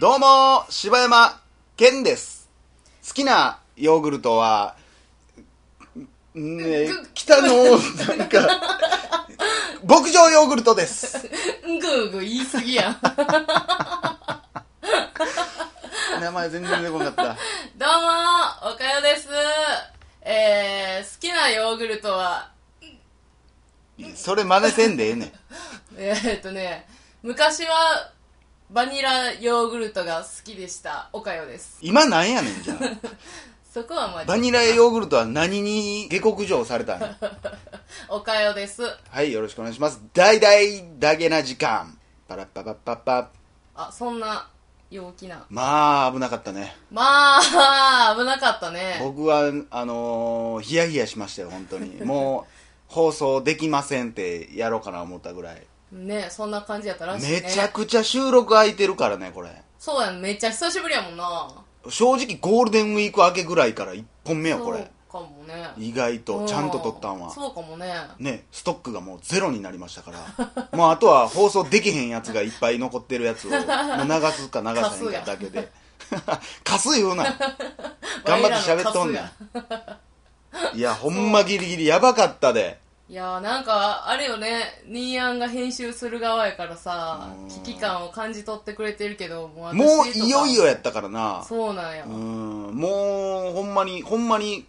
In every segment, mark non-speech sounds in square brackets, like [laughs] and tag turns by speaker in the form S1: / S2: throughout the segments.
S1: どうも、柴山健です。好きなヨーグルトは、ね、北の、なんか、牧場ヨーグルトです。
S2: グーグー言いすぎや
S1: [laughs]
S2: ん。どうも
S1: 名前全然出てこなかった。
S2: ー、おかよです。えー、好きなヨーグルトは、
S1: それ真似せんでええねん。
S2: えー、っとね、昔はバニラヨーグルトが好きでした、おかよです。
S1: 今なんやねんじゃん。
S2: そこはま
S1: バ
S2: あ、
S1: ニラヨーグルトは何に下克上されたんや
S2: おかよです。
S1: はい、よろしくお願いします。大々だげな時間。パラッパパッパッパ。
S2: あ、そんな陽気な。
S1: まあ、危なかったね。
S2: まあ、危なかったね。
S1: 僕は、あのーヒヤヒヤしましたよ、本当に。
S2: [laughs]
S1: もう、放送できませんってやろうかな思ったぐらい。
S2: ね、そんな感じやったらしいね。
S1: めちゃくちゃ収録空いてるからね、これ。
S2: そうやん、めっちゃ久しぶりやもんな。
S1: 正直ゴールデンウィーク明けぐらいから1本目よ、これ。
S2: そうかもね。
S1: 意外と、ちゃんと撮ったん
S2: う
S1: は。
S2: そうかもね。
S1: ね、ストックがもうゼロになりましたから。 [laughs] もうあとは放送できへんやつがいっぱい残ってるやつを、もう流すか流さへんかだけで。 [laughs] カス言う
S2: [laughs]
S1: な。頑張って喋っとんね
S2: 我らの
S1: ん。
S2: [laughs]
S1: いや、ほんまギリギリやばかったで。
S2: いやーなんかあれよねニーアンが編集する側やからさ
S1: うん
S2: 危機感を感じ取ってくれてるけどもう私
S1: もう
S2: とか
S1: いよいよやったからな。
S2: そうなんや、
S1: うん、もうほんまに、ほんまに、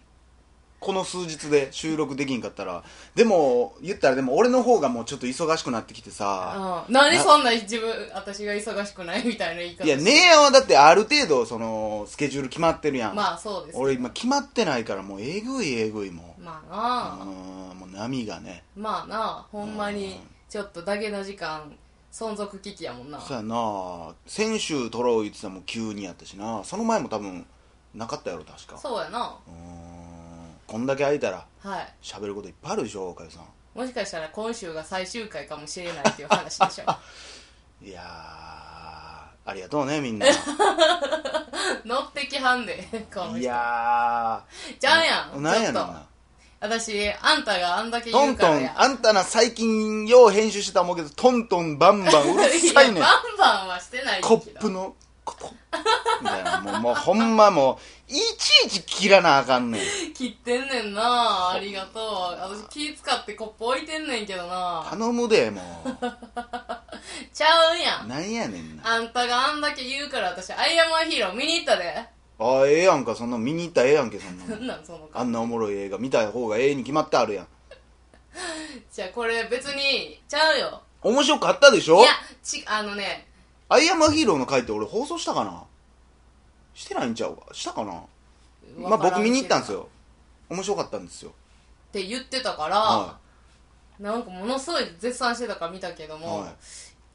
S1: この数日で収録できんかったら、でも、言ったらでも俺の方がもうちょっと忙しくなってきてさ、
S2: うん、何そんな自分私が忙しくないみたいな言い方
S1: いや、姉やはだってある程度、その、スケジュール決まってるやん。
S2: まあそうです
S1: 俺今決まってないから、もうえぐいえぐいも
S2: ま
S1: う。
S2: あなあ、
S1: うん、もう波がね。
S2: まあなあほんま
S1: う
S2: に
S1: ん
S2: ちょっとだけの時間存続危機やもんな
S1: そうやな先週撮ろう言ってたのも急にやったしなその前も多分、なかったやろ、確か。
S2: そうやな
S1: うん、こんだけ空いたら、
S2: はい
S1: 喋ることいっぱいあるでしょ、おかゆさん。
S2: もしかしたら今週が最終回かもしれないっていう話でし
S1: [laughs]
S2: ょ
S1: いやーありがとうねみ
S2: [laughs]
S1: んな
S2: 乗ってきはんでこの人
S1: いや
S2: じゃんや
S1: ー
S2: ん
S1: なんやねん
S2: ちょっと
S1: な
S2: 私あんたがあんだけ
S1: ト
S2: 言う
S1: ン
S2: か
S1: ト
S2: らや
S1: ンあんたな最近よう編集してた思うけどトントンバンバンうるさいねん
S2: やバンバンはしてないけ
S1: コ
S2: ど
S1: ップのコポッみたいなもうもうほんまもういちいち切らなあかんねん
S2: 切ってんねんなありがとう私気使ってコップ置いてんねんけどな
S1: 頼むでも
S2: ちゃうんや
S1: うんなんやね
S2: [laughs]
S1: んな
S2: あんたがあんだけ言うから私アイアムアヒーロー見に行ったで
S1: あええやんかそんな見に行ったらええやんけそんな
S2: なん
S1: の
S2: なんその
S1: あ
S2: 顔
S1: んなおもろい映画見た方がええに決まってあるやん
S2: じゃあこれ別にちゃうよ
S1: 面白かったでしょ
S2: いやちあのね
S1: アイアムアヒーローの回って俺放送したかなしてないんちゃうかしたかなまあ
S2: わか
S1: 僕
S2: らけど
S1: 見に行ったんですよ面白かったんですよ
S2: って言ってたから、
S1: は
S2: なんかものすごい絶賛してたから見たけど
S1: い
S2: も、
S1: は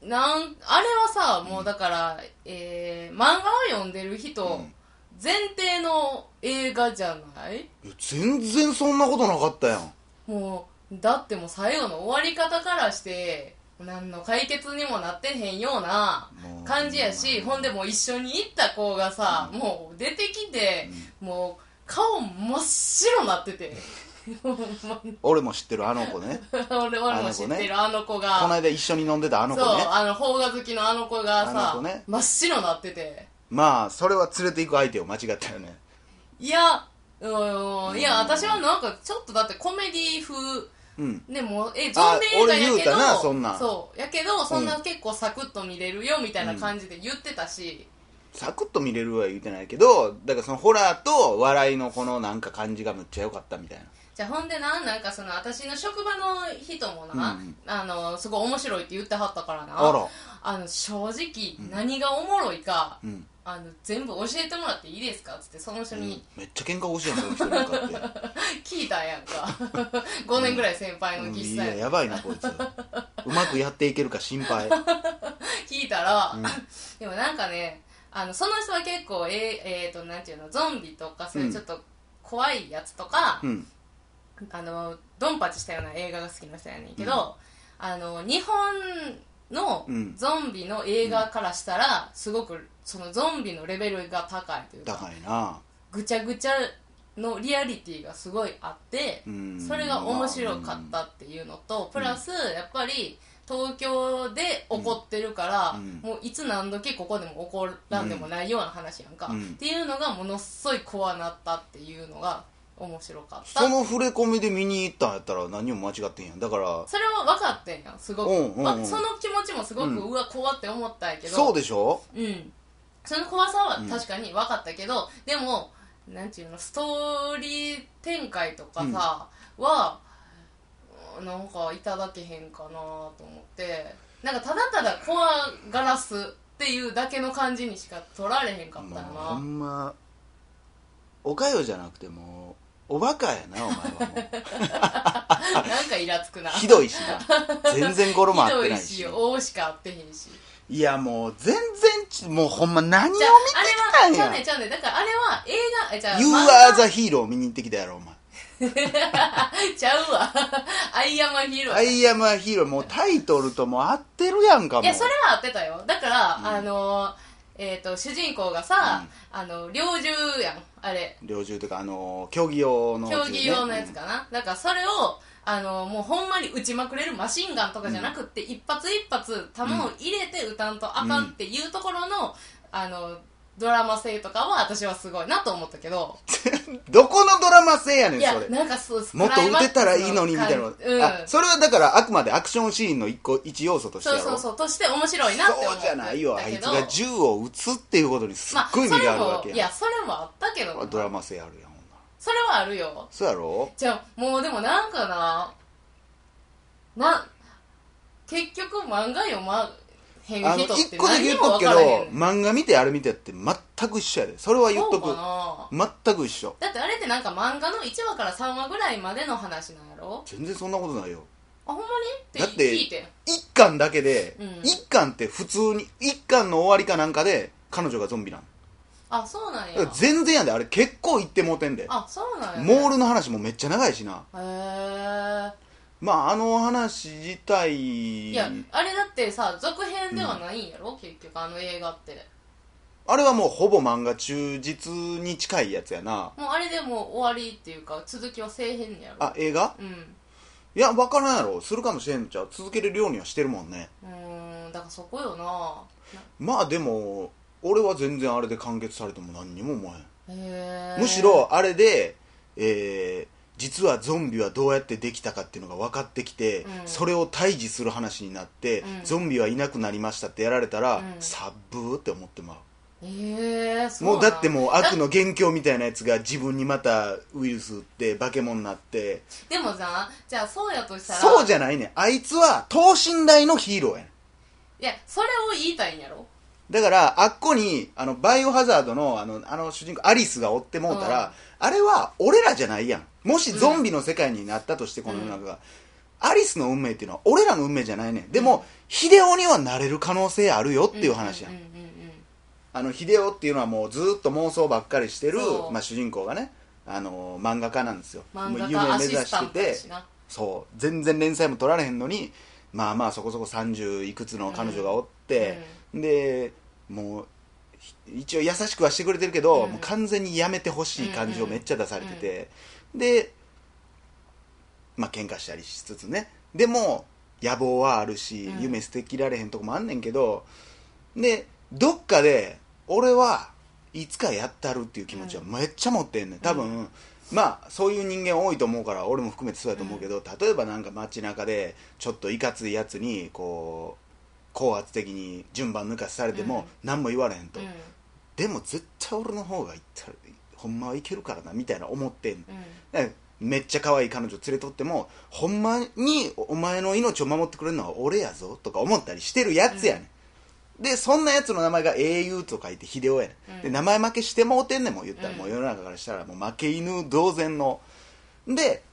S2: なんあれはさもうだから、えー、漫画を読んでる人、
S1: うん
S2: 前提の映画じゃない
S1: いいや全然そんなことなかったやん
S2: もうだってもう最後の終わり方からして何の解決にもなってへんような
S1: もう
S2: 感じやしほんでもう一緒に行った子がさ、もう出てきて、もう顔真っ白なって [laughs] てほんまに
S1: 俺も知ってるあの子ねこ
S2: 俺俺も知って [laughs] るあの子が
S1: の間一緒に飲んでたあの子
S2: そう
S1: ね
S2: あの邦画好きのあの子が
S1: あの
S2: さ
S1: 子ね
S2: 真っ白なってて
S1: まあそれは連れて行く相手を間違ったよね
S2: いや、うーん、いや、私はなんか、ちょっとだってコメディ風、
S1: うん
S2: でも、え、ゾンビ映画
S1: 俺
S2: やけ
S1: 言うた
S2: ど、
S1: なそんなん
S2: う、やけど、そんな結構サクッと見れるよ、みたいな感じで言ってたし、
S1: サクッと見れるは言うてないけどだからそのホラーと笑いのこのなんか感じがむっちゃ良かったみたいな
S2: じゃあほんでな、なんかその、私の職場の人もな、
S1: うん
S2: あの、すごい面白いって言ってはったからな、
S1: あら
S2: あの、正直、何がおもろいか、
S1: うん、
S2: あの、全部教えてもらっていいですかつって、その人
S1: うん
S2: に
S1: めっちゃ喧嘩欲しいやんその人なんかって
S2: 聞いたんやんか。5年ぐ [laughs] らい先 [laughs] 輩の
S1: うん
S2: 喫
S1: い
S2: 茶や
S1: ややばいなこいつうまくやっていけるか心配
S2: 聞いたら、
S1: うん
S2: [laughs] でもなんかねあのその人は結構えー、えーとなんていうのゾンビとかそういうちょっと怖いやつとか、
S1: うん
S2: あのドンパチしたような映画が好きな人やねんけど、あの日本の
S1: うん
S2: ゾンビの映画からしたら、すごくそのゾンビのレベルが高いというか
S1: 高いな
S2: ぐちゃぐちゃのリアリティがすごいあって、
S1: うん
S2: それが面白かったっていうのと、プラスやっぱり東京で起こってるから、
S1: うん
S2: もういつ何時ここでも起こらんでもないような話やんか、
S1: うん
S2: っていうのがものすごい怖なったっていうのが面白かった
S1: その触れ込みで見に行ったんやったら何も間違ってんやんだから
S2: それは分かってんやんすごく、
S1: うんうんうん
S2: まあその気持ちもすごく、
S1: う
S2: うんわ怖って思ったんやけど
S1: そうでしょ
S2: うん、その怖さは確かに分かったけど、でもなんていうのストーリー展開とかさ、はうんなんかいただけへんかなと思ってなんかただただ怖がらすっていうだけの感じにしか取られへんかったよな、
S1: もうほんまおかよじゃなくてもうおバカやなお前
S2: [laughs]
S1: はもう
S2: なんかイラつくな
S1: ひどいしな全然語呂も合って
S2: [laughs] ひど
S1: ないいし
S2: し王しか合ってへんし
S1: いやもう全然ちもうほんま何を見
S2: じ
S1: て
S2: ゃああれ
S1: き
S2: はち
S1: た
S2: ゃうんねん
S1: や
S2: ちゃうねんだからあれは映画えじゃあ
S1: You
S2: 漫
S1: are
S2: 画
S1: the hero 見に行ってきたやろお前
S2: ちゃうわ [laughs] アイアマヒーロー
S1: アイアムアヒーローもうタイトルともう合ってるやんかもう
S2: いやそれは合ってたよだから、
S1: うん
S2: あのえっ、と主人公がさ、あの猟銃やんあれ
S1: 猟銃というかあのー競技用の
S2: 競技用のやつ
S1: か
S2: かな、だからそれをあのもうほんまに撃ちまくれるマシンガンとかじゃなくって、一発一発弾を入れて撃たんとあかんっていうところの、あのドラマ性とかは私はすごいなと思ったけど
S1: どこのドラマ性やねん
S2: い
S1: そ
S2: や
S1: れ
S2: なんかそう
S1: もっと打てたらいいのにみたいな、
S2: クライマッ
S1: あ
S2: クスの
S1: それはだからあくまでアクションシーンの一個一要素として
S2: 感
S1: や
S2: うん、
S1: ろ
S2: そうそうそうとして面白いなって思って
S1: そうじゃないよあいつ
S2: だけ
S1: が
S2: ど
S1: 銃を撃つっていうことにすっ
S2: まあそ
S1: ごい
S2: れ
S1: 身があるわけ
S2: もい
S1: や
S2: や
S1: ん、
S2: それもあったけどな
S1: ドラマ性あるやんほんなら
S2: それはあるよ
S1: そうやろ
S2: じゃあもうでもなんかなな結局漫画読まへ
S1: あ
S2: ん
S1: の
S2: 人っ
S1: 一
S2: て
S1: 個だけ
S2: 何
S1: 言っ
S2: にも
S1: とく
S2: 分
S1: け
S2: か
S1: ど
S2: らへん
S1: 漫画見てあれ見てって全く一緒やでそれは言っと
S2: そう
S1: く
S2: か
S1: 全く一緒
S2: なだってあれってなんか漫画の1話から3話ぐらいまでの話なんやろ
S1: 全然そんなことないよ
S2: あほんまに
S1: だ
S2: っ
S1: ってて
S2: 聞いてん
S1: 一巻だけで、
S2: うん
S1: 一巻って普通に一巻の終わりかなんかで彼女がゾンビなん
S2: あそうなん
S1: だか
S2: や
S1: ら全然やであれ結構言ってもうてんで
S2: あそうなんや、
S1: モー
S2: ル
S1: ルの話もめっちゃ長いしな
S2: へえ
S1: まああの話自体
S2: いやあれだってさ続編ではないんやろ、結局あの映画って
S1: あれはもうほぼ漫画忠実に近いやつやな
S2: もうあれでもう終わりっていうか続きはせえへんねやろ
S1: あ映画
S2: うん
S1: いや分からんやろするかもしれんじゃう続けれるようにはしてるもんね
S2: うーんだからそこよな
S1: まあでも俺は全然あれで完結されても何にも思わへん
S2: へー
S1: むしろあれで、えー実はゾンビはどうやってできたかっていうのが分かってきて、
S2: うん
S1: それを退治する話になって、
S2: うん
S1: ゾンビはいなくなりましたってやられたら、
S2: うん
S1: サブーって思ってまう
S2: えー、そう
S1: もうだって
S2: う
S1: もう悪の元凶みたいなやつが自分にまたウイルス打って化け物になって
S2: でもさじゃあそうやとしたら
S1: そうじゃないねんあいつは等身大のヒーローやねん
S2: いやそれを言いたいんやろ
S1: だからあっこにあのバイオハザードのあのあの主人公アリスが追ってもうたら、あれは俺らじゃないやんもしゾンビの世界になったとしてこの世の中が、アリスの運命っていうのは俺らの運命じゃないねんでも、ヒデオにはなれる可能性あるよっていう話やん,、
S2: うんうんうん
S1: あのヒデオっていうのはもうずーっと妄想ばっかりしてる
S2: そ、う
S1: まあ、主人公がねあの漫画家なんですよ
S2: うん
S1: もう
S2: 漫
S1: 夢
S2: 画家ア
S1: 目
S2: シ
S1: 指
S2: スタ
S1: し
S2: ント
S1: て
S2: や
S1: て
S2: しな
S1: そう全然連載も取られへんのにまあまあそこそこ30いくつの彼女がおって、でもうひ一応優しくはしてくれてるけど、
S2: うん
S1: もう完全にやめてほしい感じをめっちゃ出されてて、でまあ喧嘩したりしつつねでも野望はあるし、
S2: うん
S1: 夢捨てきられへんとこもあんねんけどでどっかで俺はいつかやったるっていう気持ちはめっちゃ持ってんねん多分、まあそういう人間多いと思うから俺も含めてそうやと思うけど、例えばなんか街中でちょっといかついやつにこう高圧的に順番抜かしされて
S2: うん
S1: も何も言われへんと、
S2: うん
S1: でも絶対俺の方がいったらほんまはいけるからなみたいな思ってんのだからめっちゃ可愛い彼女連れとってもほんまにお前の命を守ってくれるのは俺やぞとか思ったりしてるやつやねん、でそんなやつの名前が英雄と書いて秀夫やねん、
S2: うん
S1: で名前負けしてもうてんねんもん言ったら、
S2: うん
S1: もう世の中からしたらもう負け犬同然ので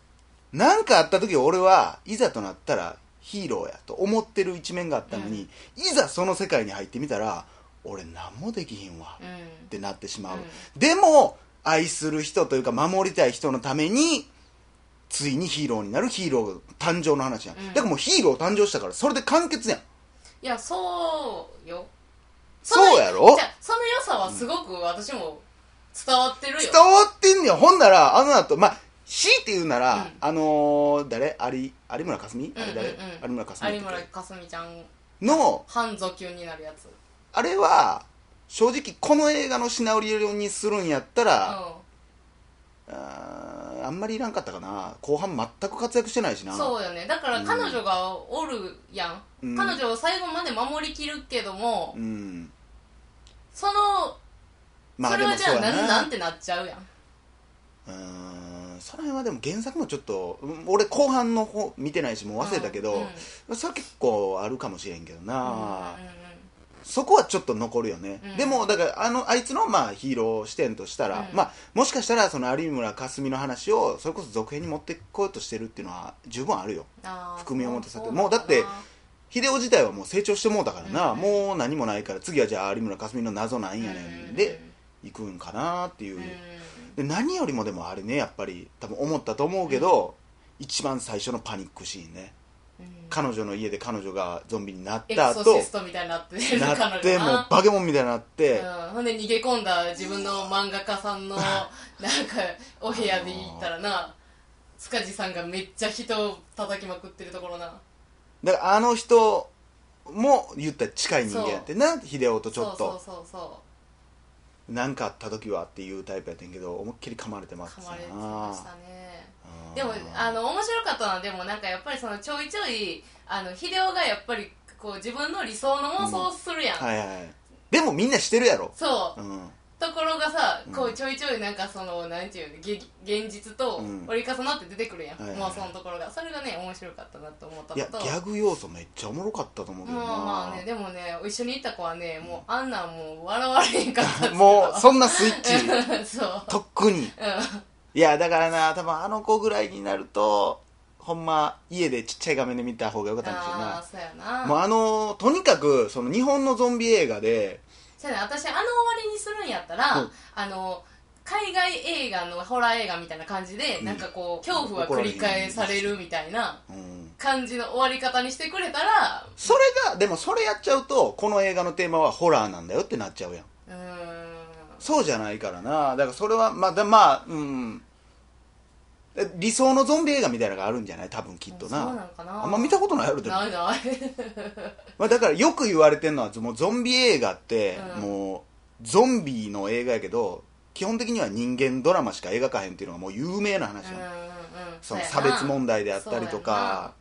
S1: 何かあった時俺はいざとなったらヒーローやと思ってる一面があったのに、いざその世界に入ってみたら俺何もできひんわ、
S2: うん
S1: ってなってしまう、
S2: う
S1: でも愛する人というか守りたい人のためについにヒーローになるヒーロー誕生の話やん、
S2: うん
S1: だからもうヒーロー誕生したからそれで完結やん
S2: いやそうよ
S1: そうやろ
S2: じゃあその良さはすごく私も伝わってるよ
S1: 伝わってんねやほんならあの後まあ強いて言うなら、
S2: うん
S1: あのー誰アリ有村架純あれ誰、
S2: うんうんうん
S1: 有村架純
S2: 有
S1: だっ
S2: 村
S1: け
S2: 架純ちゃん
S1: の
S2: 半ゾ級になるやつ
S1: あれは正直この映画の品売りにするんやったら、あーあんまりいらんかったかな後半全く活躍してないし
S2: う、
S1: なん
S2: そうよねだから彼女がおるやん、
S1: うん
S2: 彼女を最後まで守りきるけども、
S1: うん
S2: その
S1: まあ
S2: そ
S1: で
S2: れ
S1: も
S2: はじ
S1: そう
S2: ゃあ
S1: や
S2: な
S1: な
S2: んなんてなっちゃうやん
S1: うーんその辺はでも原作もちょっとうん俺後半の方見てないしもう忘れたけ
S2: うんう
S1: ど
S2: ん、
S1: それは結構あるかもしれんけどな、
S2: うんうんうん
S1: そこはちょっと残るよね、
S2: うん
S1: でもだからあのあいつのまあヒーロー視点としたら、
S2: うん
S1: まあ、もしかしたらその有村架純の話をそれこそ続編に持ってこようとしてるっていうのは十分あるよ
S2: あー
S1: 含みを持たせて
S2: そう
S1: もうだって
S2: そう
S1: 秀夫自体はもう成長してもうたからな、
S2: うん
S1: もう何もないから次はじゃあ有村架純の謎なん
S2: だ
S1: や
S2: な
S1: ねんで行くんかなっていう、
S2: うんうん
S1: で何よりもでもあれねやっぱり多分思ったと思うけど、一番最初のパニックシーンね
S2: うん
S1: 彼女の家で彼女がゾンビになっ
S2: エ
S1: た
S2: クソ
S1: 後
S2: シストみたいになってる
S1: なって
S2: 彼女
S1: もう
S2: な
S1: バケモンみたいになって、
S2: うん、ほんで逃げ込んだ自分の漫画家さん
S1: [laughs]
S2: のなんかお部屋で行ったらな塚地さんがめっちゃ人を叩きまくってるところな
S1: だからあの人も言ったら近い人間やってな秀夫とちょっ
S2: そ
S1: と
S2: うそうそうそ
S1: 何かあった時はっていうタイプやってんけど思いっきり噛まれてま
S2: う
S1: す
S2: 噛まれてましたね
S1: うん
S2: でもあの面白かったのはでもなんかやっぱりそのちょいちょいあの秀夫がやっぱりこう自分の理想の妄想をするやん、
S1: はいはいでもみんなしてるやろ
S2: そう
S1: うん
S2: ところがさ
S1: うん
S2: こうちょいちょいなんかそのなんていうのげ現実と
S1: うん
S2: 折り重なって出てくるやん、
S1: はいはい
S2: も
S1: は
S2: う
S1: い
S2: そのところがそれがね面白かったなと思った
S1: い
S2: の
S1: やギ
S2: と
S1: ャグ要素めっちゃおもろかったと思うけど
S2: もう
S1: な
S2: まあねでもね一緒に行った子はねもうあんなんもう笑われへんかったって
S1: [laughs] [laughs] もうそんなスイッチ
S2: [laughs] そう
S1: とっくにいやだからな多分あの子ぐらいになるとほんま家でちっちゃい画面で見た方がよかったんでしょう
S2: ああ
S1: な
S2: そうやな、
S1: もうあのとにかくその日本のゾンビ映画で
S2: そうやね私あの終わりにするんやったら、
S1: うん
S2: あの海外映画のホラー映画みたいな感じで、
S1: うん
S2: なんかこう恐怖は繰り返されるみたいな
S1: うん
S2: 感じの終わり方にしてくれたら
S1: それがでもそれやっちゃうとこの映画のテーマはホラーなんだよってなっちゃうやん
S2: うーん
S1: そうじゃないからなだからそれはまあだまあうんえ理想のゾンビ映画みたいなのがあるんじゃない多分きっとな
S2: そうなんかな
S1: あんま見たことないやろでも
S2: ないない
S1: まあ、だからよく言われてるのはもうゾンビ映画って
S2: うん
S1: もうゾンビの映画やけど基本的には人間ドラマしか描かへんっていうのがもう有名な話
S2: うん
S1: な
S2: うん
S1: の、
S2: うん
S1: その差別問題であったりと
S2: そうやな
S1: か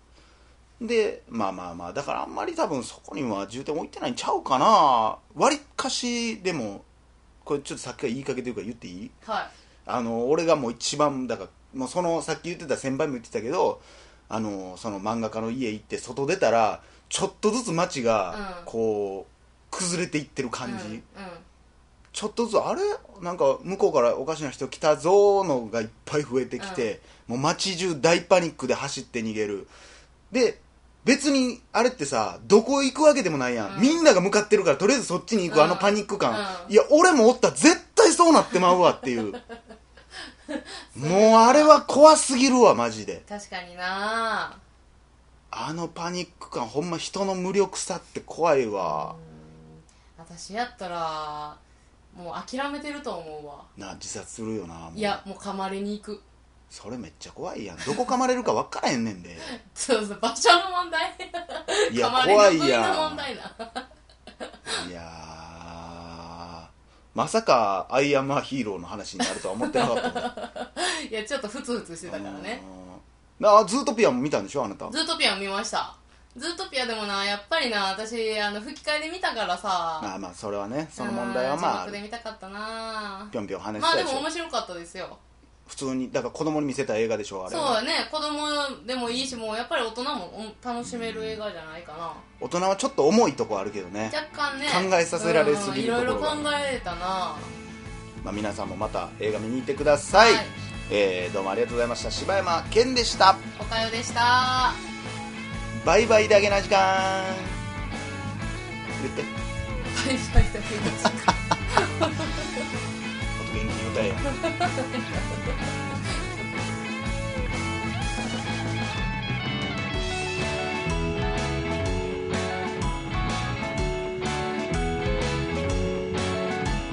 S1: でまあまあまあだからあんまり多分そこには重点置いてないんちゃうかな割かしでもこれちょっとさっきから言いかけてるから言っていい
S2: は
S1: あの俺がもう一番だからもうそのさっき言ってた先輩も言ってたけどあのその漫画家の家行って外出たらちょっとずつ街が
S2: うん
S1: こう、崩れていってる
S2: い
S1: 感じ、
S2: うんうん
S1: ちょっとずつあれなんか向こうからおかしな人来たぞーのがいっぱい増えてきて、もう街中大パニックで走って逃げるで別にあれってさどこ行くわけでもないやん、
S2: うん
S1: みんなが向かってるからとりあえずそっちに行く、
S2: うん
S1: あのパニック感、
S2: うん
S1: いや俺もおったら絶対そうなってまうわって
S2: [laughs]
S1: いうもうあれは怖すぎるわマジで
S2: 確かにな
S1: あのパニック感ほんま人の無力さって怖いわ、
S2: 私やったらもう諦めてると思うわ
S1: な自殺するよなもう
S2: いやもう噛まれに行く
S1: それめっちゃ怖いやんどこ噛まれるか分からへんねんで
S2: そうそう場所の問題
S1: いや
S2: 噛まれ
S1: 怖い
S2: る部位
S1: や
S2: の
S1: ん
S2: 問題ない
S1: やーまさかアイアンマーヒーローの話になるとは思ってなかった
S2: い [laughs] やちょっとふつふつしてた
S1: も
S2: か
S1: ん
S2: ら [laughs] ね
S1: うんあズートピアも見たんでしょあなた
S2: ズートピア見ましたズートピアでもなやっぱりな私あの吹き替えで見たからさ
S1: あまあそれはねその問題はま
S2: うん字幕で
S1: あ
S2: 見たかったな
S1: ぴょんぴょん話
S2: ま
S1: し
S2: あ
S1: た
S2: で
S1: でし
S2: も
S1: ょ
S2: 面白かったですよ
S1: 普通にだから子供に見せた映画でしょあれ
S2: そう
S1: は
S2: やね子供でもいいしもうやっぱり大人もお楽しめる映画じゃないかな、
S1: 大人はちょっと重いとこあるけどね
S2: 若干ね
S1: 考えさせられすぎる
S2: うんいろい
S1: と
S2: ろ考
S1: ころが
S2: えれたな
S1: まあ皆さんもまた映画見に行ってください、
S2: はい
S1: えーどうもありがとうございました柴山健でした
S2: おかよ
S1: [laughs]
S2: でした
S1: バイバイだけな時間言って
S2: バイバイだけ
S1: お
S2: ど
S1: と元気に歌
S2: [laughs]
S1: えよ
S3: 「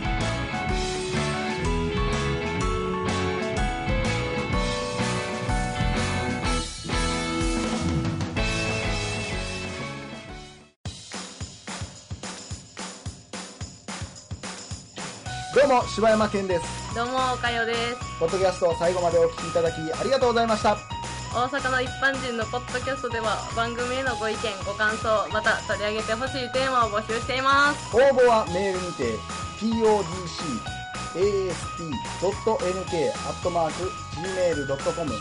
S1: どうも柴山健です [laughs]
S2: どうもおかよです
S1: ポッドキャストを最後までお聞きいただきありがとうございました
S2: 大阪の一般人のポッドキャストでは番組へのご意見ご感想また取り上げてほしいテーマを募集しています
S1: 応募はメールにて podcast.nk.gmail.com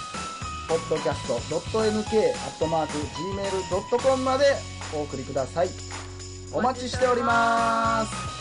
S1: podcast.nk.gmail.com までお送りくださいお待ちしております